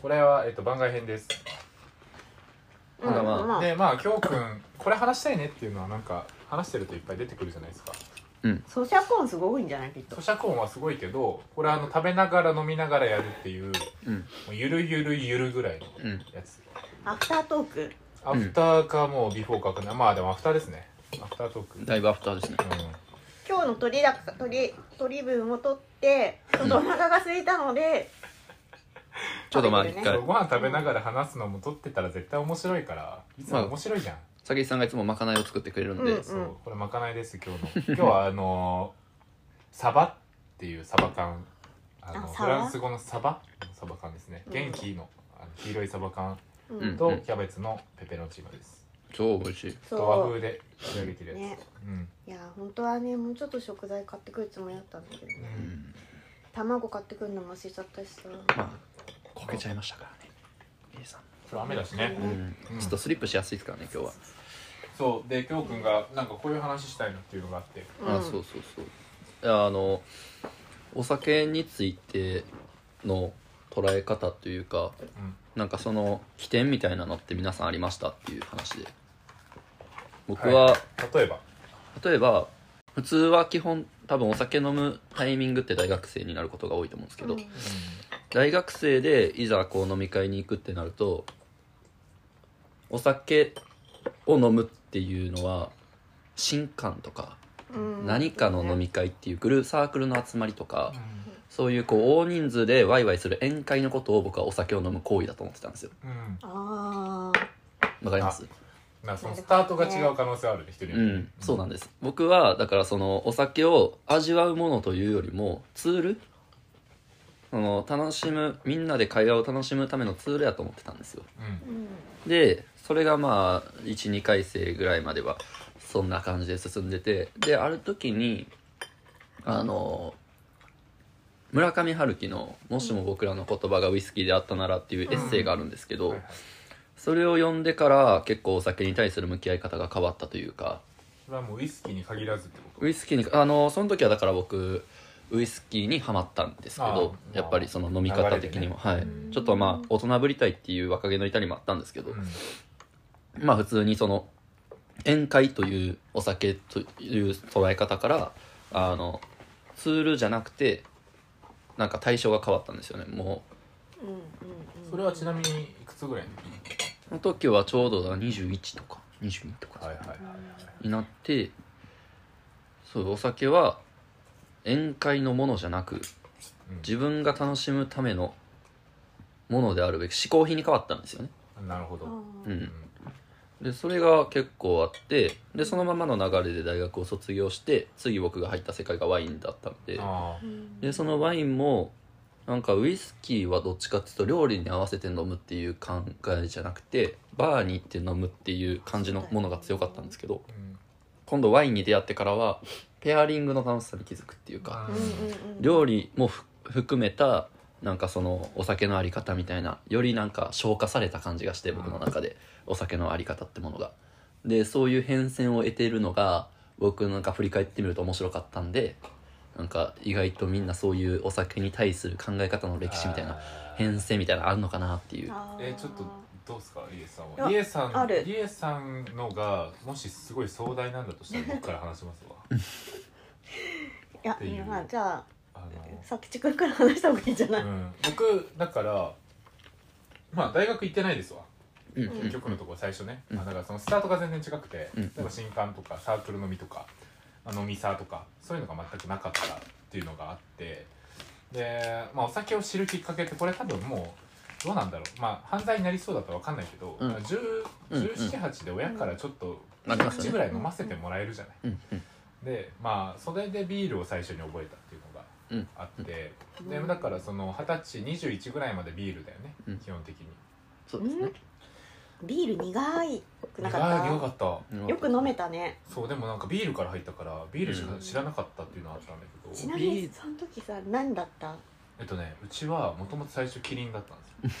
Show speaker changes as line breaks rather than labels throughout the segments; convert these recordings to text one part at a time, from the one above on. これは、えっと、番外編です
なんかまあ
でまあきょうくんこれ話したいねっていうのはなんか話してるといっぱい出てくるじゃないですか
咀嚼音すごいんじゃないきっと
咀嚼音はすごいけどこれはあの食べながら飲みながらやるっていうも
うん
うゆるゆるゆるぐらいの
うん
やつ
アフタートーク
アフターかもうビフォーかわかんないまあでもアフターですねアフタートーク、うん、
だいぶアフターですね
今日の取りだか取り取り分を取ってちょっとお腹が空いたので
ちょっとまあ
食べて
一
るね
回
ご飯食べながら話すのも撮ってたら絶対面白いからいつも面白いじゃん、
詐欺師さんがいつもまかないを作ってくれるので、
うん
そうこれまかないです今日の 今日はあのーサバっていうサバ缶あの
あサ
フ
バ
ランス語のサバのサバ缶ですね
うん
元気のあの黄色いサバ缶
う
うん
ん
とキャベツのペペロンチーノです、
超美味しい
と和
そ
風で仕上げてる
う
やつ、
ね
うん
いや本当はねもうちょっと食材買ってくるつもりだったんだけどね
うん
卵買ってくるのも忘れちゃったしさ
まあこけちゃいましたからね A さん
今日雨だしね、
う
うんちょっとスリップしやすいですからね今日は、
そうできょうくんがなんかこういう話したいのっていうのがあって
うん
あそうそうそうあのお酒についての捉え方というか
うん
なんかその起点みたいなのって皆さんありましたっていう話で僕は、
例えば
例えば普通は基本多分お酒飲むタイミングって大学生になることが多いと思うんですけど、
うん
大学生でいざこう飲み会に行くってなるとお酒を飲むっていうのは新刊とか
うん
何かの飲み会っていうグルーサークルの集まりとかそういうこう大人数でワイワイする宴会のことを僕はお酒を飲む行為だと思ってたんですよ
うん、うん
あ
わかります
まあそのスタートが違う可能性はあるね一人に
うんそうなんです僕はだからそのお酒を味わうものというよりもツールその楽しむみんなで会話を楽しむためのツールやと思ってたんですよ
うん
ーうん
でそれがまあ12回生ぐらいまではそんな感じで進んでてである時にあの村上春樹の「もしも僕らの言葉がウイスキーであったなら」っていうエッセイがあるんですけど、
はいはい
それを読んでから結構お酒に対する向き合い方が変わったというか
それはもうウイスキーに限らずってこと
ウイスキーにあのその時はだから僕ウイスキーにはまったんですけ
あ
ど
あ
やっぱりその飲み方的にも、
れ
はい
でねうん
ちょっとまあ大人ぶりたいっていう若気の至りもあったんですけど、
うん
まあ普通にその宴会というお酒という捉え方からあのツールじゃなくてなんか対象が変わったんですよねも
うんうんうん
それはちなみにいくつぐらいの時
うその時はちょうど21とか22とか
はいはいはい
になってそうお酒は宴会のものじゃなく自分が楽しむためのものであるべき嗜好品に変わったんですよね、
うんなるほど
あー
う
うん
ん、でそれが結構あってでそのままの流れで大学を卒業して次僕が入った世界がワインだったので
ああ
うん
でそのワインもなんかウイスキーはどっちかっていうと料理に合わせて飲むっていう考えじゃなくてバーに行って飲むっていう感じのものが強かったんですけど
うん
今度ワインに出会ってからはペアリングの楽しさに気づくっていうか
うんうんうん
料理もふ含めたなんかそのお酒のあり方みたいなよりなんか消化された感じがして僕の中でお酒のあり方ってものがでそういう変遷を得ているのが僕なんか振り返ってみると面白かったんでなんか意外とみんなそういうお酒に対する考え方の歴史みたいな
あー
変遷みたいなのあるのかなっていう
あー
えちょっとどうですかリエさんはリ
いや
エさ
あ
ん
る
リエさんのがもしすごい壮大なんだとした ら僕から話しますわ
いや
っていう
まあじゃあ
あの
さっきちくんから話した方がいいんじゃない、
うん、僕だからまあ大学行ってないですわ
うんうん
結局のところ最初ね、
うん
まあ、だからそのスタートが全然違くて、
うん
例えば新刊とかサークル飲みとかまあ飲みサーとかそういうのが全くなかったっていうのがあってで、まあ、お酒を知るきっかけってこれ多分もうどうなんだろうまあ犯罪になりそうだとは分かんないけど、
うん
まあ10
うんうん
1718で親からちょっと
ありますよ
1
ね
ぐらい飲ませてもらえるじゃない。
うんうん
でまあそれでビールを最初に覚えたっていうのが
うん
あって、
うん
でだからその二十歳21ぐらいまでビールだよね、
うん
基本的に
そうですね
ビール苦いくなか
苦い苦
っ
かった
たよく飲めたね
そうでもなんかビールから入ったからビールしか
うん
知らなかったっていうのはあったんだけ
ち
ど、
なみ
ビー
に
ル
その時さ何だった
えっとねうちはもともと最初キリンだったんですよ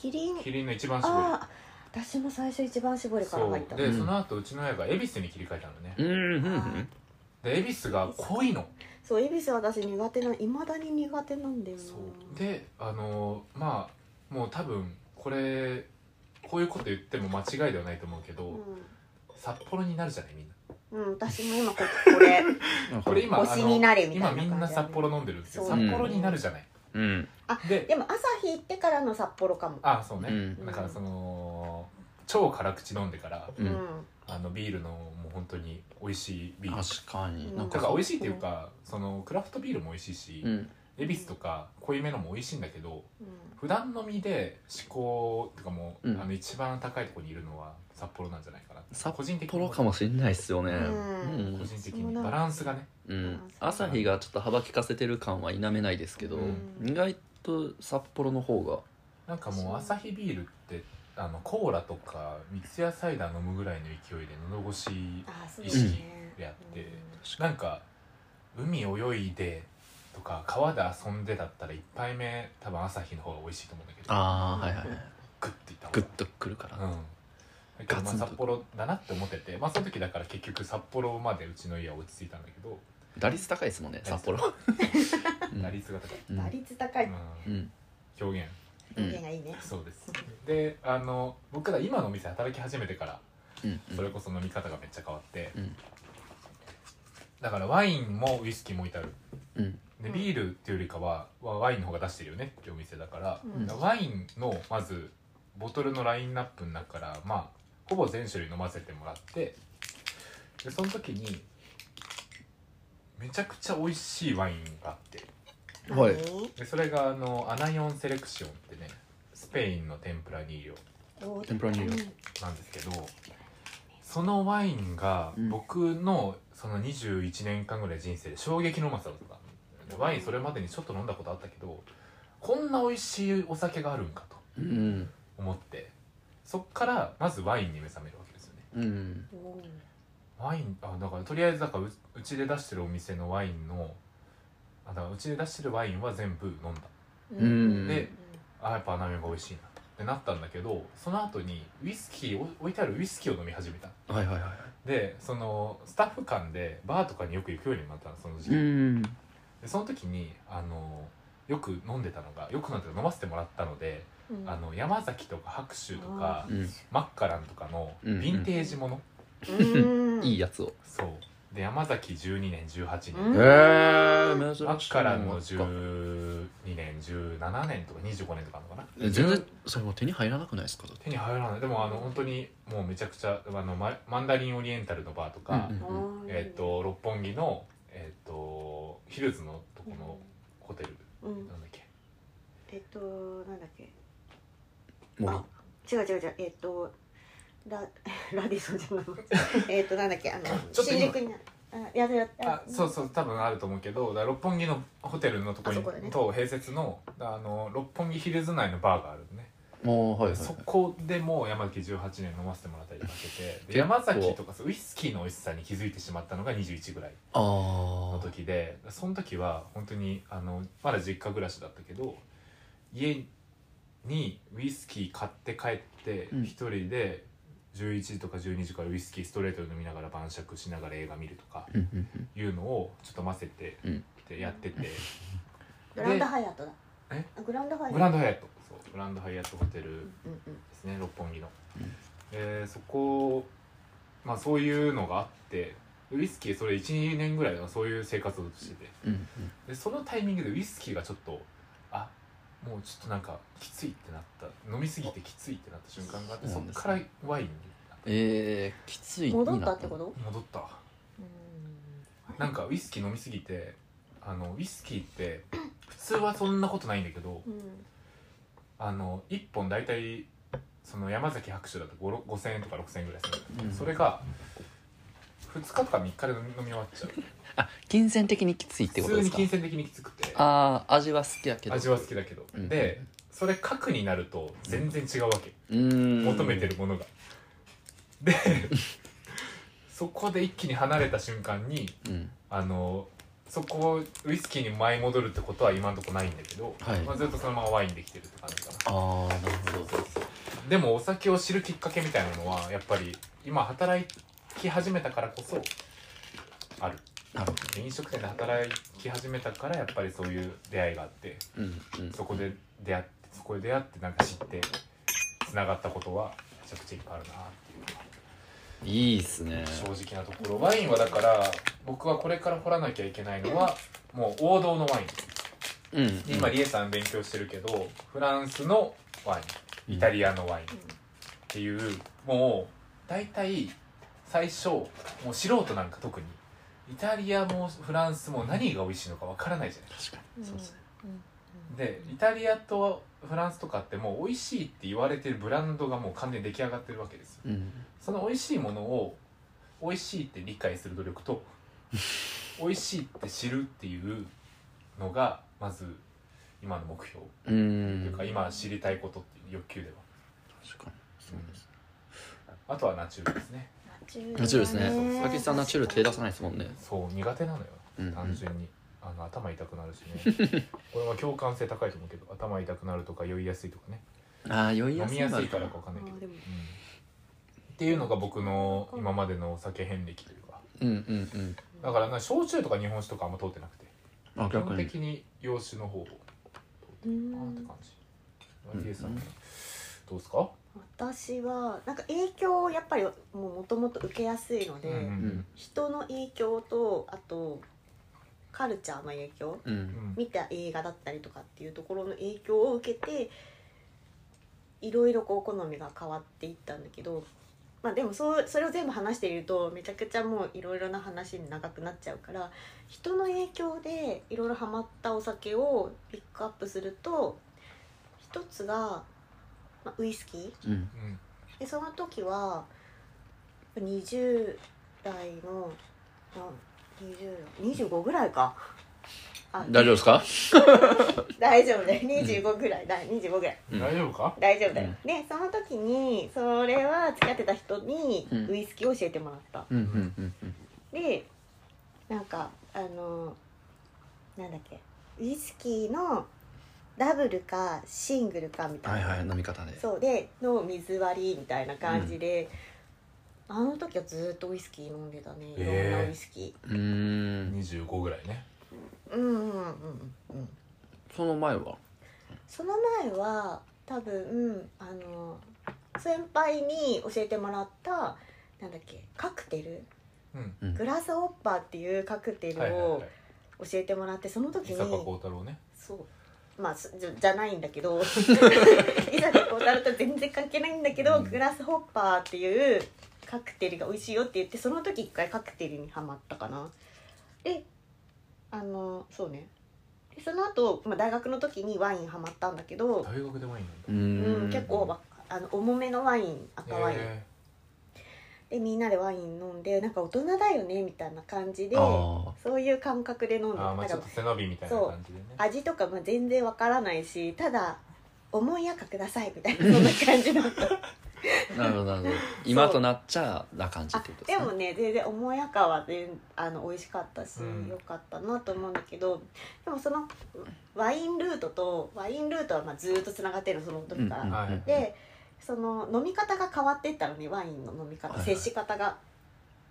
キリン
キリンの一番搾
ああ私も最初一番搾
り
りから入っ
そ
た
う
の
で、
うん
その後うちの親が恵比寿に切り替えたのね
うんうんうん
で恵比寿が濃いの
そう恵比寿私苦手ないまだに苦手なんだよな
そうであのーまあもう多分これこういうこと言っても間違いではないと思うけど、札幌になるじゃないみんな
うん、うん、私も今ここれ
これ今あ
星
の
になれみたいな
今
感じ
みんな札幌飲んでるんですけど
そう
札幌になるじゃない、
うん
で
でも朝日行ってからの札幌かも
あそうね、
うん
だからその超辛口飲んでから
うん
あのビールのもう本当に美味しいビール
確かになん
だ
か
から美味しいっていうかそのクラフトビールも美味しいし、
うん
恵比寿とか濃いめのも美味しいんだけど
うん
普段飲みで思考とかもう、
うん
あの一番高いところにいるのは札幌なんじゃないかな
札
個人的に
幌かもしんないっすよね
うん
うん
個人的にバランスがね
うん、朝日がちょっと幅利かせてる感は否めないですけど、
うん
意外と札幌の方が
なんかもうアサヒビールってあのコーラとか三ツ矢サイダー飲むぐらいの勢いで喉越し
あそう
意
です
識
ね
であって
う
なんか海泳いでとか川で遊んでだったら一杯目多分朝日の方が美味しいと思うんだけど
ああはいはいはい
グッていった方
グ
が
ッとくるから、
うんだけどまあ
ガツンと
札幌だなって思っててまあその時だから結局札幌までうちの家は落ち着いたんだけど
打率高いですもんね札 幌
打率が高い、
うん
打率高い
うん
うん
表現
うん
表現がいいね
そうですであの僕ら今のお店働き始めてから
うんうん
それこそ飲み方がめっちゃ変わって、
うん
だからワインもウイスキーも置いてある
うん
で
うん
ビールっていうよりかははワインの方が出してるよねっていうお店だから,、
うん
ワインのまずボトルのラインナップの中からまあほぼ全種類飲ませてもらってでその時にめちゃくちゃ美味しいワインがあって
はい
何
でそれがあのアナヨンセレクションってねスペインの天ぷらニーヨ
お
天ぷらにいる
なんですけどそのワインが
うん
僕のその21年間ぐらい人生で衝撃のうまさだったでワインそれまでにちょっと飲んだことあったけどこんな美味しいお酒があるんかと
うん
思ってそっからまずワインに目覚めるわけですよね
うん
うん
ワインあだからとりあえずだからううちで出してるお店のワインのあだからうちで出してるワインは全部飲んだ
う
うん
ん
であやっぱアナメが美味しいなってなったんだけどその後にウイスキーを置いてあるウイスキーを飲み始めた
はいはいはい
でそのスタッフ間でバーとかによく行くようになったのその時期、
うん
でその時にあのよく飲んでたのがよく飲んでたの飲ませてもらったので、
うん
あの山崎とか白州とか
うん
マッカランとかの
うん
ヴィンテージもの、
うん
いいやつを
そうで山崎12年18
う
年、
ん
え珍
マッカランも12年17年とか25年とかあるのかな
全然それもう手に入らなくないですか
手に入らないでもあの本当にもうめちゃくちゃあのママンダリンオリエンタルのバーとか、
うんうん
うん
えっ、と六本木のえっ、とヒルズのとこのホテル、
うん
なんだっけ
えっとなんだっけ
も
違う違う違うえっとラ ラディソンじゃないえっとなんだっけあの
ちょっと今
新宿にあやだやだ
あそうそう多分あると思うけどだから六本木のホテルのとこに
あそこだね
と併設のあの六本木ヒルズ内のバーがあるのね、
うもうはいはい
そこでもう山崎18年飲ませてもらったりとかしててで山崎とかそうウイスキーの美味しさに気づいてしまったのが21ぐらいの
ああ
時でその時は本当にあのまだ実家暮らしだったけど家にウイスキー買って帰って
うん
一人で11時とか12時からウイスキーストレートで飲みながら晩酌しながら映画見るとか
うんうんうん
いうのをちょっと混ぜて
うん
でやってて、
グランドハイアットだ
え
あグランドハイアット
グランドハイアットそうグランドハイアットホテル
うんうん
ですね六本木の、
うん
でそこまあそういうのがあってウイスキーそれ12年ぐらいはそういう生活をしてて
うん
でそのタイミングでウイスキーがちょっとあもうちょっとなんかきついってなった飲みすぎてきついってなった瞬間があって
そ
そうっ
なんですね
からワインに
えー、きついにな
戻ったってこと
戻った
うん
なんかウイスキー飲みすぎてあのウイスキーって普通はそんなことないんだけど、
うん
あの1本大体その山崎白州だと5 6 5000円とか6000円ぐらいする、
うん
それが2日とか3日で飲み飲み終わっちゃう
あ金銭的にきついって
普
こ
通
とで
に
すか
金銭的にきつくて
ああ味は好きやけど
味は好きだけど、
うん
でそれ核になると全然違うわけ、
うーん
求めてるものが でそこで一気に離れた瞬間に
うん
あのそこをウイスキーに舞い戻るってことは今んとこないんだけど、
はい
まあ、ずっとそのままワインできてるって感じかな
ああなる
そうそうそうでもお酒を知るきっかけみたいなのはやっぱり今働き始めたからこそある
なるほ
飲食店で働き始めたからやっぱりそういう出会いがあって
どうんうん
そこで出会ってそこで出会ってなんか知ってつながったことはめちゃくちゃいっぱいあるなっていうのが
いいっすね
正直なところワインはだから僕はこれから掘らなきゃいけないのはもう王道のワイン
うん
で今リエさん勉強してるけどフランスのワインイタリアのワインっていうもう大体最初もう素人なんか特にイタリアもフランスも何が美味しいのかわからないじゃない
確か
うん
にそうっすね
うん
でイタリアとフランスとかってもう美味しいって言われてるブランドがもう完全に出来上がってるわけですよ
うん
その美味しいものを美味しいって理解する努力 と美味しいって知るっていうのがまず今の目標
う
とい
ん
うか今知りたいことっていう欲求では
確かにそうです
あとはナチュールですね
ナチュールです
だ
ね。
ね
さきさんナチュール手出さないですもんね。
そう苦手なのよ
うんうん
単純にあの頭痛くなるしね これは共感性高いと思うけど頭痛くなるとか酔いやすいとかね
ああ、酔い
飲
やす
み
い
や
な
すいからかわかんないけ
あ
ど
ーでも
うんっていうのが僕の今までのお酒遍歴というか
うんうんうん。
だからな焼酎とか日本酒とかあんま通ってなくて
あ、
基本
逆に。
的に洋酒の方を通ってるなって感じ
うん
リエさん
うん
どうですか
私はなんか影響をやっぱりもうもともと受けやすいので、
うん
う
うん
ん
人の影響とあとカルチャーの影響
う。
うんん
見た映画だったりとかっていうところの影響を受けていろいろこう好みが変わっていったんだけど、まあ、でもそうそれを全部話しているとめちゃくちゃもういろいろな話に長くなっちゃうから人の影響でいろいろハマったお酒をピックアップすると一つが、まあ、ウイスキー
うん。
うん
でその時は20代のあ20 25ぐらいかあ
大丈夫ですか？
大丈夫だよ25ぐらいだ25ぐらい
うん
大丈夫か
大丈夫だよ、
うん
でその時にそれは付き合ってた人に
うん
ウイスキーを教えてもらった、
うんうんうんうん。
でなんかあのなんだっけウイスキーのダブルかシングルかみたいな、
はいはい飲み方で。
そうでの水割りみたいな感じで、あの時はずっとウイスキー飲んでたねいろんなウイスキ
うーん。
25ぐらいね
ー、うんうんうんうんうん
その前は。
その前は多分、うんあの先輩に教えてもらったなんだっけカクテル
うん
グラスホッパーっていうカクテル
はいはいは
を教えてもらってその
い
時
伊
に
坂幸太郎ね
そうまあすじゃじゃないんだ けど伊坂幸太郎と全然関係ないんだけど、
うん
グラスホッパーっていうカクテルが美味しいよって言ってその時一回カクテルにはまったかなであのそうねでその後、まあ大学の時にワインはまったんだけど、
大学でワインなんだ
う
うん
ーん。
結構ばあの重めのワイン赤ワイン、
え
でみんなでワイン飲んでなんか大人だよねみたいな感じで
あ
そういう感覚で飲んで
ー
た
あーまあ
なん
ちょ
か
っと背伸びみたいな感じでね
味とかも全然わからないしただ思い赤くださいみたいなそんな感じだった
あ。なるほどなるほど。今となっちゃな感じっ
あ
てことで
です
ね。
もね全然思い赤は全あの美味しかったし、
うん
良かったなと思うんだけどでもそのワインルートとワインルートはまあずーっとつながってるのその時から、
うんうん
はい
でその飲み方が変わってったのねワインの飲み
はい
方
はい
接し方が。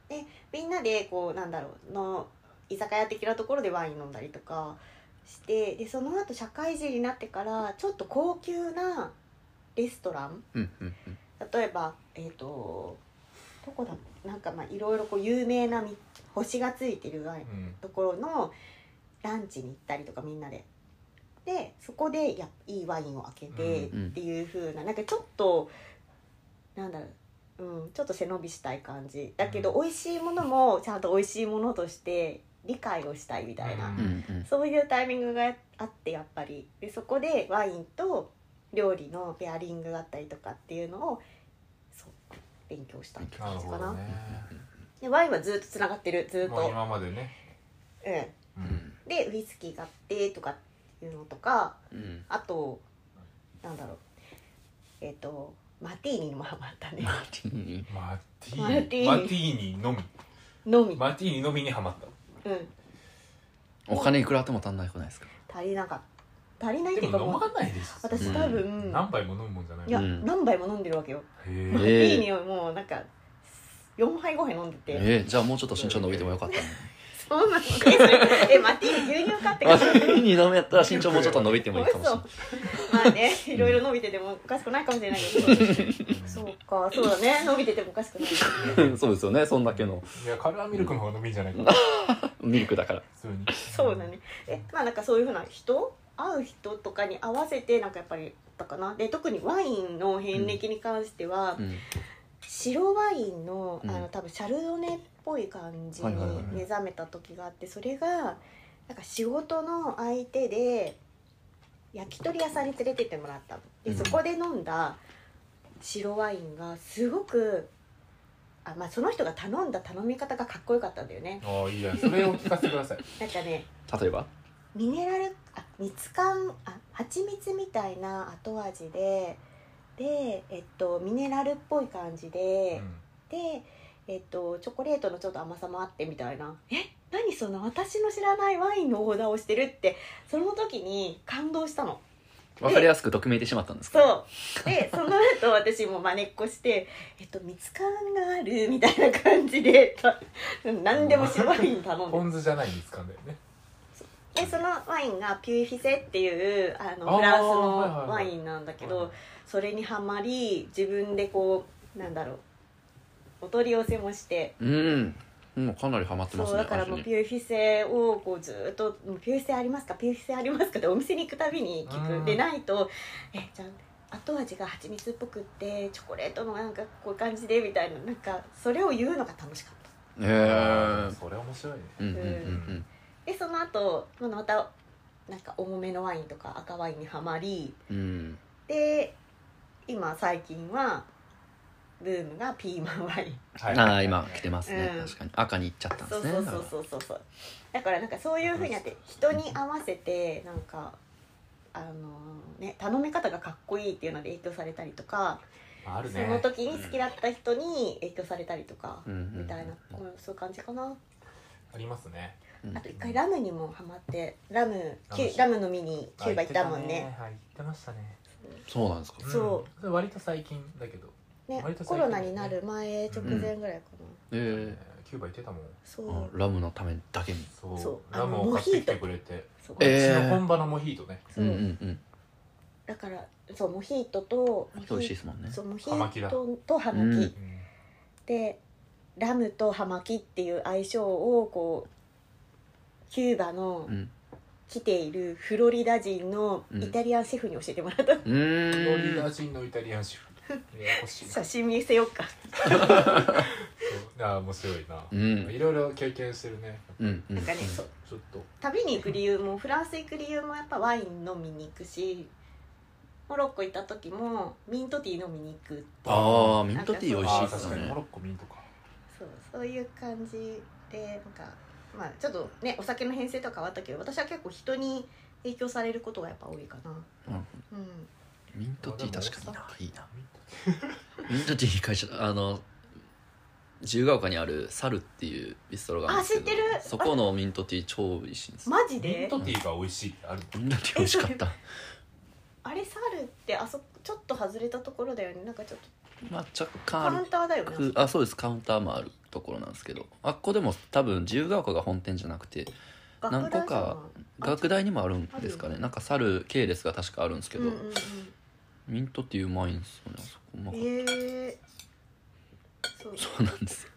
でみんなでこうなんだろうの居酒屋的なところでワイン飲んだりとかしてでその後社会人になってからちょっと高級なレストラン
うんうんうん。
例えばえっ、とどこだなんかまあいろいろこう有名なみ星がついてるワイン
うん
ところのランチに行ったりとかみんなででそこでやいいワインを開けてっ
うんうん
ていう風な、なんかちょっとなんだろう、うん、ちょっと背伸びしたい感じだけど、美味しいものもちゃんと美味しいものとして理解をしたいみたいな、
うん
うんうん。
そういうタイミングがあってやっぱりでそこでワインと料理のペアリングだったりとかっていうのをそう勉強したって
な
感
る
じか
ほ
な
どね
でワインはずっとつながってるずっ
もう
と。
今までね
うん
う
うんん
でウイスキー買ってとかいうのとか
うん。
あとなんだろうえっ、とマティーニにもハマった ね
マーティーニ。
マティ
マテ
ー
ィー
ニ
ニ
マティーニのみ
のみ、
マティーニのみにはまった
うん
お金いくらあっても足んないくないですか？
足りなかった足りないっ
で
ていうか
も
も
飲ま
う
ないでしょ
私
うん
多分、
何杯も飲むもんじゃない
いや、
うん
何杯も飲んでるわけよ、
へ
え
マ
え
ティーニをもうなんか4杯5杯飲んでて、
えー、じゃあもうちょっと身長伸びてもよかったね。
そうなのえそれえマティーニ牛乳買って
ま
か
あ、
ら
2度目やったら身長もうちょっと伸びてもいいかもしれない
まあねいろいろ伸びててもおかしくないかもしれないけどそうかそうだね伸びててもおかしくない
そうですよねそんだけの
いやカルアミルクの方が伸びんじゃないかな普
ミルクだから
通に
そうだねえまあなんかそういうふうな人会う人とかに合わせてなんかやっぱりだかなで特にワインの遍歴に関しては、
うん
白ワインのあ
うん
の多分シャルドネっぽい感じ
は
に
いはいはい
目覚めた時があってそれがなんか仕事の相手で焼き鳥屋さんに連れてってもらったの
う
で
ん
そこで飲んだ白ワインがすごくあ、まあ、その人が頼んだ頼み方がかっこよかったんだよね
ああいいじゃんそれを聞かせてください
なんかね
例えば
ミネラルあ蜜柑あ蜂蜜みたいな後味ででえっとミネラルっぽい感じで。で、えっと、チョコレートのちょっと甘さもあってみたいな「え何その私の知らないワインのオーダーをしてる」ってその時に感動したの。
分かりやすく匿名でしまったんですか
そうでその後私もまねっこして「えっと蜜缶がある」みたいな感じでた何でもしワイン頼ん
ポ
で
ン酢じゃない蜜缶だよね
でそのワインがピュイフィセっていうあ
あー
のフランス
はいはいはい
のワインなんだけど、それにはまり自分でこうなんだろうお取り寄せもして。
うんもうかなりハマってます
そう
ね
だからもうピューフィセをこうずーっと「ピューフィセありますかピューフィセありますか?」ってお店に行くたびに聞
うん
くでないと「えじゃあ後味が蜂蜜っぽくってチョコレートのなんかこういう感じで」みたいななんかそれを言うのが楽しかった
へえ
あーそれ面白いね
うんうんうん
でその後まあまたなんか重めのワインとか赤ワインにはまり
うんうん
で今最近はブームがピーマンワイン
はい
ああ今来てますね、
うん
確かに赤に行っちゃったんで
そう
すね
そうそうそうそうそうだからなんかそういうふうにやって人に合わせてなんかあのね頼み方がかっこいいっていうので影響されたりとか、
まあある
そ
ね
の時に好きだった人に影響されたりとか、
うんうんうん
みたいな、うんそういう感じかな
ありますね
うん
あと一回ラムにもハマってラムキュ
ラ
ラムの見にキューバ行ったもんね
あ言ってたはい言ってましたね
そうなんですか
そ
うんそれ割と最近だけど
ね
割と
コ
最近
ロナになる前直前ぐらいかな、
え
キューバ行ってたもん
そ
え
う
ラムのためだけに
そう
そう
ラムを買ってきてくれて
そう
え
うちの本場のモヒートね
そう
うんうん
だからそうモヒートと
うん美味しいですもんね
そうモヒ
葉巻
ー
だ
トとハマ
う
キ
ん
うん
でラムと葉巻っていう相性をこうキューバの
うん
来ているフロリダ人の
うん
イタリアンシェフに教えてもらった、
うーん
フロリダ人のイタリアンシェフややこしいな
写真見せようか
そう ああ面白いな
う、ん
いろいろ経験してるね
うんうん
なんかねそう
ちょっと
旅に行く理由もフランス行く理由もやっぱワイン飲みに行くしモロッコ行った時もミントティー飲みに行く
ああミントティー美味し
あ
い
あ
で
確
す
かにモ
ね
ロッコミントか
そうそういう感じでなんかまあちょっとねお酒の編成とかはあったけど私は結構人に影響されることがやっぱ多いかな
うん
うん
ミントティー確かにないいなミントティー会社あの自由が丘にあるサルっていうビストロがあるんですけ
あ
ど
知ってる
そこのミントティー超美味しいんですよ
マジで
ミントティーが美味しいってある
ミントティー美味し かった
あれサルってあそこちょっと外れたところだよねなんかちょっと
まあ若干
カ
あ
ウン
る
ターだよね
くあそうですカウンターもあるところなんですけどあっこでも多分自由が丘が本店じゃなくて
学大じゃない
何個か
あ
学大にもあるんですか
あ
ねなんか猿系列が確かあるんですけ
うん
ど、
うんうん
ミントティーうまいんですよねあそこうまかっ
ええそう
たそうなんです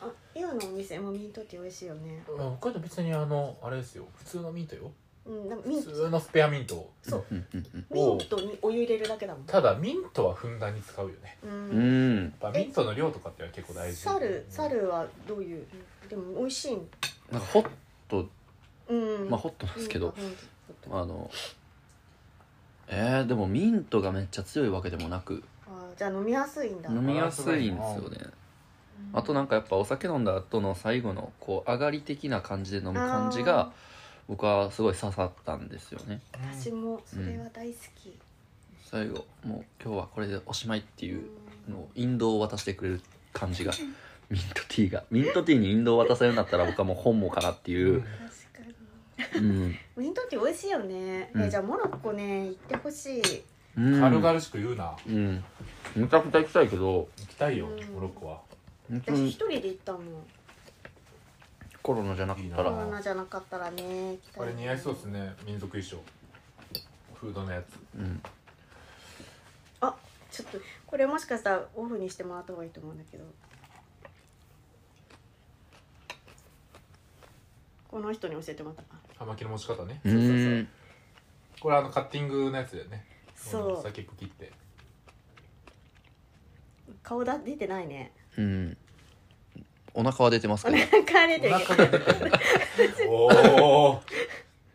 あ今のお店もミントティー美味しいよね
うん北海道別にあのあれですよ普通のミントよ
うんなんかミ
普
ント
通のスペアミントを
そう
うんうんうん
ミントにお湯入れるだけだもん
ただミントはふんだんに使うよね
う
うんん
やっぱミントの量とかってのは結構大事
サルサルはどういうでも美味しい
なんかホット
うん
まあホットなんですけど、
うんうん
あのえー、でもミントがめっちゃ強いわけでもなく
あじゃあ飲みやすいんだ
飲みやすいんですよねあとなんかやっぱお酒飲んだ後の最後のこう上がり的な感じで飲む感じが僕はすごい刺さったんですよね
あー私もそれは大好き
最後もう今日はこれでおしまいっていう
うん
のを引導を渡してくれる感じがミントティーがミントティーに引導を渡せるんだったら僕はもう本望かなっていう、
確かに
うん
ミントティー美味しいよね、
うん
えじゃあモロッコね行ってほしい
うん、
軽々しく言うな
うんめちゃくちゃ行きたいけど
行きたいよ
うん
モロッコは
本当
私一
に
人で行ったもん
コロナじゃなかった
コ
あ
ら
いい
ロナじゃなかったらね
これ似合いそうですね民族衣装フードのやつ
うん
ちょっとこれもしかしたらオフにしてもらった方がいいと思うんだけどこの人に教えてもらったあ
葉巻の持ち方ね
うーん
これあのカッティングのやつだよね
そ
先っぽ切って
う顔だ出てない ね
うんお腹は出てます
お
けど
腹出て
お
る
腹が出てるおお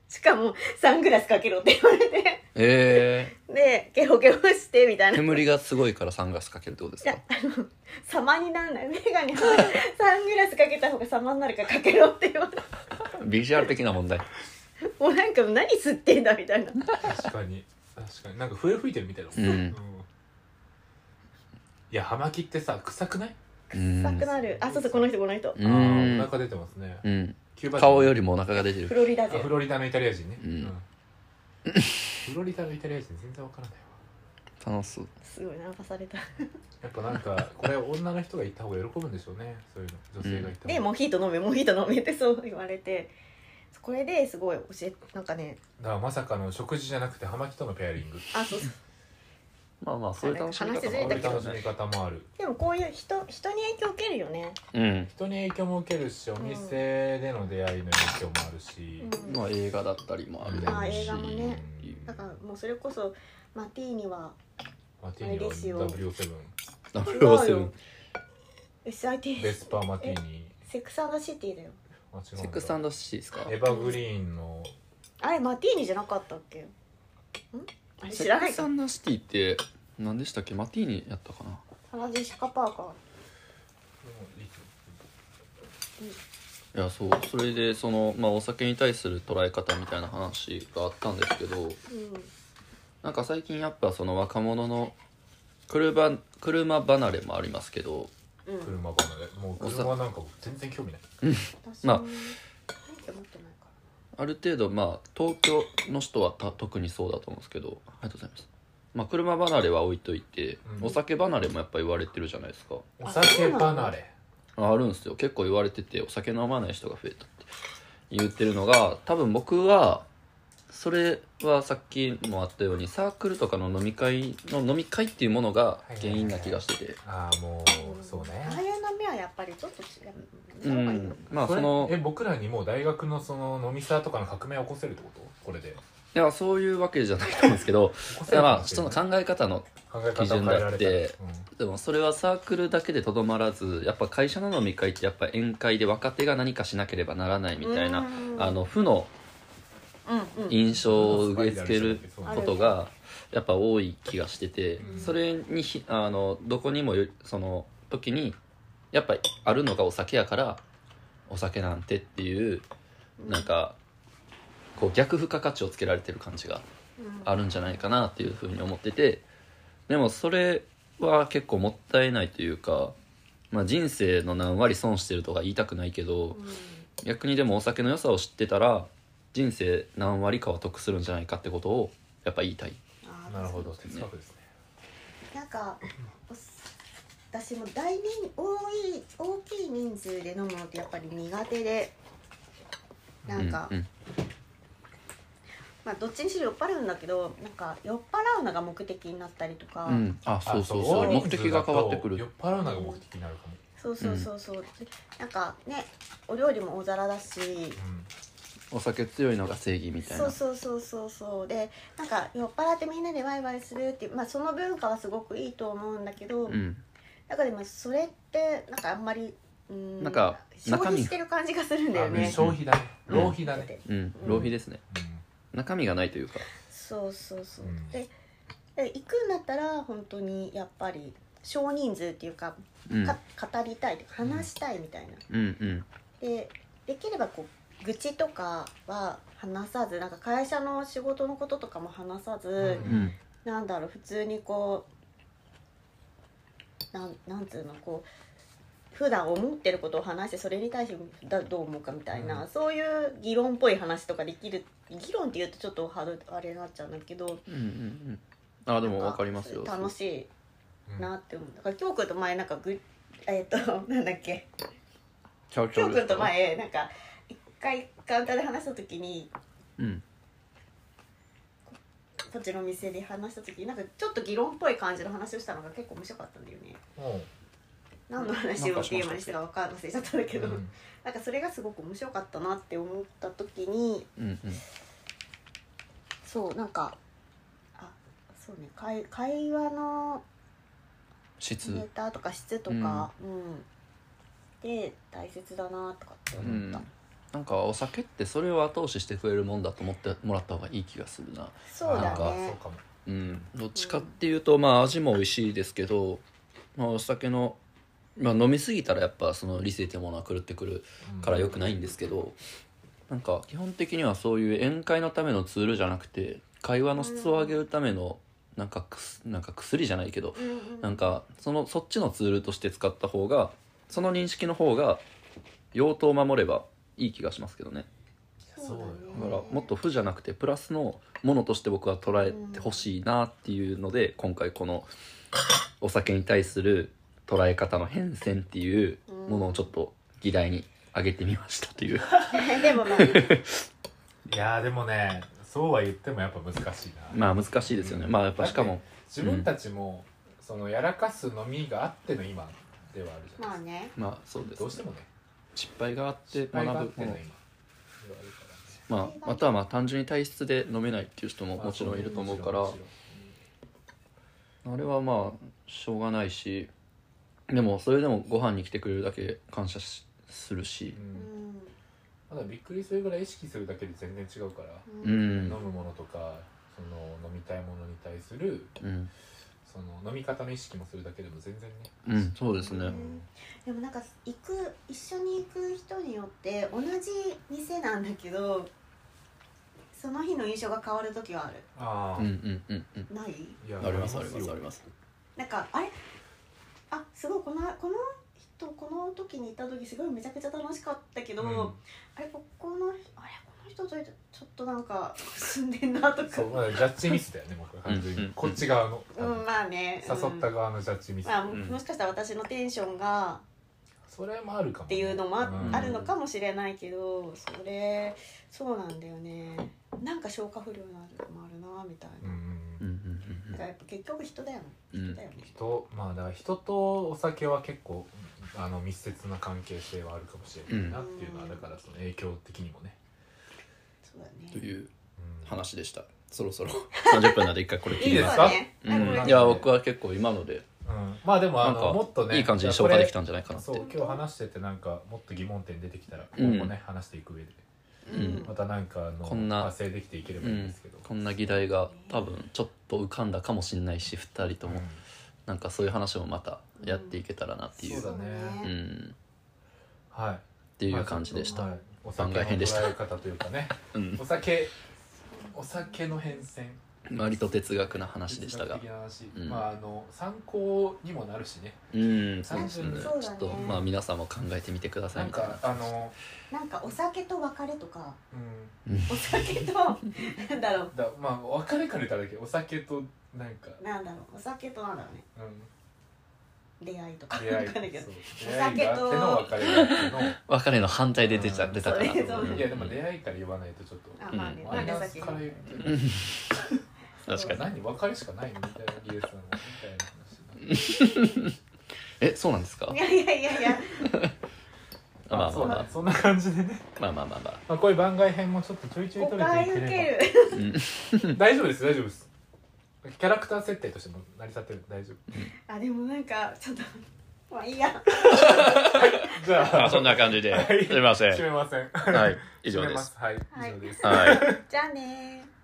しかもサングラスかけろって言われて
え
でケロケロしてみたい
ー、
な
煙がすごいからサングラスかけるってことですか
様にならないメガ ネはサングラスかけた方が様になるからかけろって言われて
ビジュアル的な問題
もうなんか何吸ってんだみたいな
確かに確かになんか笛吹いてるみたいだもん、
うん
いや葉巻ってさ臭くない
うん
臭くなるあそうそうこの人この人
う
あー
ん
お腹出てますね
うん
キューバ人
顔よりもお腹が出て
フ
る
ロリダ
あ
勢
フロリダのイタリア人ね、
うん
フロリダのイタリア人全然わからないわ
楽しそう
すごいなんかされた
やっぱなんかこれ女の人が行った方が喜ぶんでしょうねそういうの女性が行った
で
方が、
モヒート飲めモヒート飲めってそう言われてこれですごい教えなんかね
だからまさかの食事じゃなくて葉巻とのペアリング
あそうそう
まあまあそういう楽しみ
話
方
ず
も
れ
あ
そう
た
いう楽し
けど
る
み方もある
でもこういう人人に影響受けるよね、
うん
人に影響も受けるしお店での出会いの影響もあるし、
うん
まあ映画だったりもあるだ
あ
ろう
映
し
画もね
うん
だからもうそれこそマティーニは
マティーニ
あれですよ
は W7
007
SIT
ベスパーマティーニ
セックサンダシティだよ
あ違うんだ
セックスシーですか
エヴァグリーンの
あれマティーニじゃなかったっけんあれ知らない
セッ
か
クスシティって何でしたっけマティーニやったかな
サラジェシカ・パーカ
いやそうそれでその、まあ、お酒に対する捉え方みたいな話があったんですけど
ーうん
なんか最近やっぱその若者の車車離れもありますけど
うん
車離れもう車なんか僕全然興味ない
私
まあ
も免許持ってないか
ある程度まあ東京の人はた特にそうだと思うんですけどありがとうございます、まあ、車離れは置いといて、
うん
お酒離れもやっぱ言われてるじゃないですか
お酒離れ
ああるんですよ結構言われててお酒飲まない人が増えたって言ってるのが多分僕はそれはさっきもあったようにサークルとかの飲み会の飲み会っていうものが原因な気がしてて、
ああも
ら
うそうね
ああいう飲みはやっぱりちょっと違う
う
やめた方がいい
ん
よ、
まあ
こ
そ
れ
の
え僕らにもう大学のその飲みサーとかの革命を起こせるってことこれで
いやそういうわけじゃないと思うんですけ ど
起こせ
い
るか
やまあ
もし
人
れない
の考え方の
考え方を変えられ
基準だったて
ら
でもそれはサークルだけでとどまらずやっぱ会社の飲み会ってやっぱ宴会で若手が何かしなければならないみたいな
うん
あの負の
うんうん
印象を受け付ける
あ
ことがやっぱ多い気がしてて、
うん
それにひあのどこにもよその時にやっぱあるのがお酒やからお酒なんてっていうなんかこう逆付加価値をつけられてる感じが
うん
あるんじゃないかなっていうふうに思っててでもそれは結構もったいないというか、まあ、人生の何割損してるとか言いたくないけど、
う
逆にでもお酒の良さを知ってたら人生何割かは得するんじゃないかってことをやっぱ言いたい
んあー
なるほど哲学ですね
なんかお私も大人多い大きい人数で飲むのってやっぱり苦手でなんか、
うん
まあどっちにしろ酔っ払うんだけどなんか酔っ払うのが目的になったりとか、
うんうんあそうそう
あ
そう
大人
目
数だと
的が変わってく
酔っ
る
払うのが目的になるかも
そうそうそうそう、なんかねお料理も大皿だし、
うん
お酒強いのが正義みたい
そう
な
そうそうそうそうでなんか酔っ払ってみんなでワイワイするっていう、まあ、その文化はすごくいいと思うんだけど、
うん
なんかでもそれってなんかあんまりうん
なんか
消
中
費
身
してる感じがするんだよ
あ
ね。
消費だね
うん
浪費だね
うん
うん
浪費ですね
うん
中身がないというか
そうそうそう、
うん
でで行くんだったら本当にやっぱり少人数っていうか
うん
か語りたい話したいみたいな、
うんうん
でできればこう愚痴とかは話さずなんか会社の仕事のこととかも話さず、
う
うん
なんだろう普通にこうなんなんつうのこう普段思ってることを話してそれに対してだどう思うかみたいな、
うん
そういう議論っぽい話とかできる議論って言うとちょっとハードあれになっちゃうんだけど
うんうんうんあでもわかりますよ
楽しい
うん
なって思うだから京子と前なんかぐえっ、となんだっけ
ちゃうち
き
ゃ
ょ
う
うくんと前なんか一回カウンターで話した時に
うん
こっちのお店で話した時になんかちょっと議論っぽい感じの話をしたのが結構面白かったんだよね
うん
何の話をテーマにしてたか分かん忘れちゃったんだけど、
うん
なんかそれがすごく面白かったなって思った時に
うんうん
そうなんかあそうね会会話の
質
ネタとか質とか、うんで大切だなとかって
う
思っ
ん
た、
なんかお酒ってそれを後押ししてくれるもんだと思ってもらった方がいい気がするな
そう
な
だ
んか
そ
ね
うかも
うんどっちかっていうとまあ味も美味しいですけど、まあ、お酒の、まあ、飲み過ぎたらやっぱその理性というものは狂ってくる
うん
から良くないんですけどなんか基本的にはそういう宴会のためのツールじゃなくて会話の質を上げるためのなんかくすなんか薬じゃないけど
うんうん
なんかそのそっちのツールとして使った方がその認識の方が用途を守ればいい気がしますけどね
そうだね
そうよ
だからもっと負じゃなくてプラスのものとして僕は捉えてほしいなっていうので今回このお酒に対する捉え方の変遷っていうものをちょっと議題に挙げてみましたという
でもまあ
いやーでもねそうは言ってもやっぱ難しいな、
まあ難しいですよねまあやっぱしかも
自分たちも、そのやらかす飲みがあっての今ではあるじゃ
ま
な
あ
いですか、
ね
まあそうです
どうしてもね
失敗があって
失敗があっ
学
て
ぶ
の
も
今
の
ではあるからね
まあ、またはまあ単純に体質で飲めないっていう人ももちろんいると思うから
もちろんも
あれはまあしょうがないしでもそれでもご飯に来てくれるだけ感謝しする
ち
し
ろ
う
う
ん
ん
ん
ただびっくりするぐらい意識するだけで全然違うから、
う
飲
ん、
むものとかその飲みたいものに対する
うん
その飲み方の意識もするだけでも全然ね、
うん、そうです
う
ね
ん
でもなんか行く一緒に行く人によって同じ店なんだけどその日の印象が変わる時はある
ああ、
うんうんうんうん
ない
いや
ありますあ
あ
り
りま
ま
す
す
よ
あります
なんかあれあすごいこのこの人この時に行った時すごいめちゃくちゃ楽しかったけど、
うん
あれここのあれこの人とちょっとなんか住んでんなとか
そうまだジャッジミスだよね僕は完全
うんうんう
に
ん
こっち側の、
うんまあね
誘った
うん
側のジャッジミス、
まあ、
ん
もしかしたら私のテンションが
それもあるかもね、
っていうのもあ,、
うん
あるのかもしれないけどそれそうなんだよねなんか消化不良なのもあるなみたい
うん
な、
う
だ
うん
ん
うんうん
からやっぱ結局人だよね
うん
人だよね、
人まあだから人とお酒は結構あの密接な関係性はあるかもしれないなっていうのは、
うん
だからその影響的にもね、
そうだよ
と
ね
いう
うん
話でしたそろそ ろ30分なんで一回これ切
いい
り
で
ますす
か
そうだね
う
あこれ
ん、いや僕は結構今ので
うんまあでもあ
なん
の
か
もっとね
いい感じに消化でき
た
たんじゃないかなって
そう今日話しててなんかもっと疑問点出てきたら
うん
今後ね、話していく上で
う
うん
またなんかあの
こんな
派生できていければいいんですけど、
こんな議題が多分ちょっと浮かんだかもしれないし2人とも、
うん
なんかそういう話もまたやっていけたらなっていう、
そうだね
うん
はいっ
っていう感じでした、
お酒の
番外編でした
捉え方というかね
うん
お酒お酒の変遷
割と哲学な話でしたが
哲学的な話、
うん
まああの参考にもなるしね
うんそうです
うん
ね
そうだね
ちょっとまあ皆さんも考えてみてくださ
ないん
みたい
か
な
あの
なんかお酒と別れとか
うん
お酒となんだろう
だまあ別れから言っただけお酒となんか、
なんだろうお酒となんだろうね
うん、
出会いとか
出会い
わかんないけど
そう
お
出会い
酒
があって
と
の別れがあっての
別れの反対で出ちゃ
うん
出たから
それそう
いやでも出会いから言わないとちょっと
あまあね、
うん
なんで
マイナ
先
ス
に
から言って
うん確かに
何別れしかないみたいな理由さんみたいな話
えそうなんですか
いやいやいやいや
あまあま
そ
あ
う
ま
だ
あ
そんな感じでね、
まあまあまあまあ
まあ、こういう番外編もちょっとちょいちょい
誤
取れて
解
い
受
け
け
れ
る
うん
ば大丈夫です大丈夫ですキャラクター設定としても成り立ってる大丈夫
あでもなんかちょっとまあいいや
じゃ
ま
あ
あそんな感じで
はい
すみません
締めません
はい以上
締め
で
ますすはい
はい
以上です
はい
じゃあねー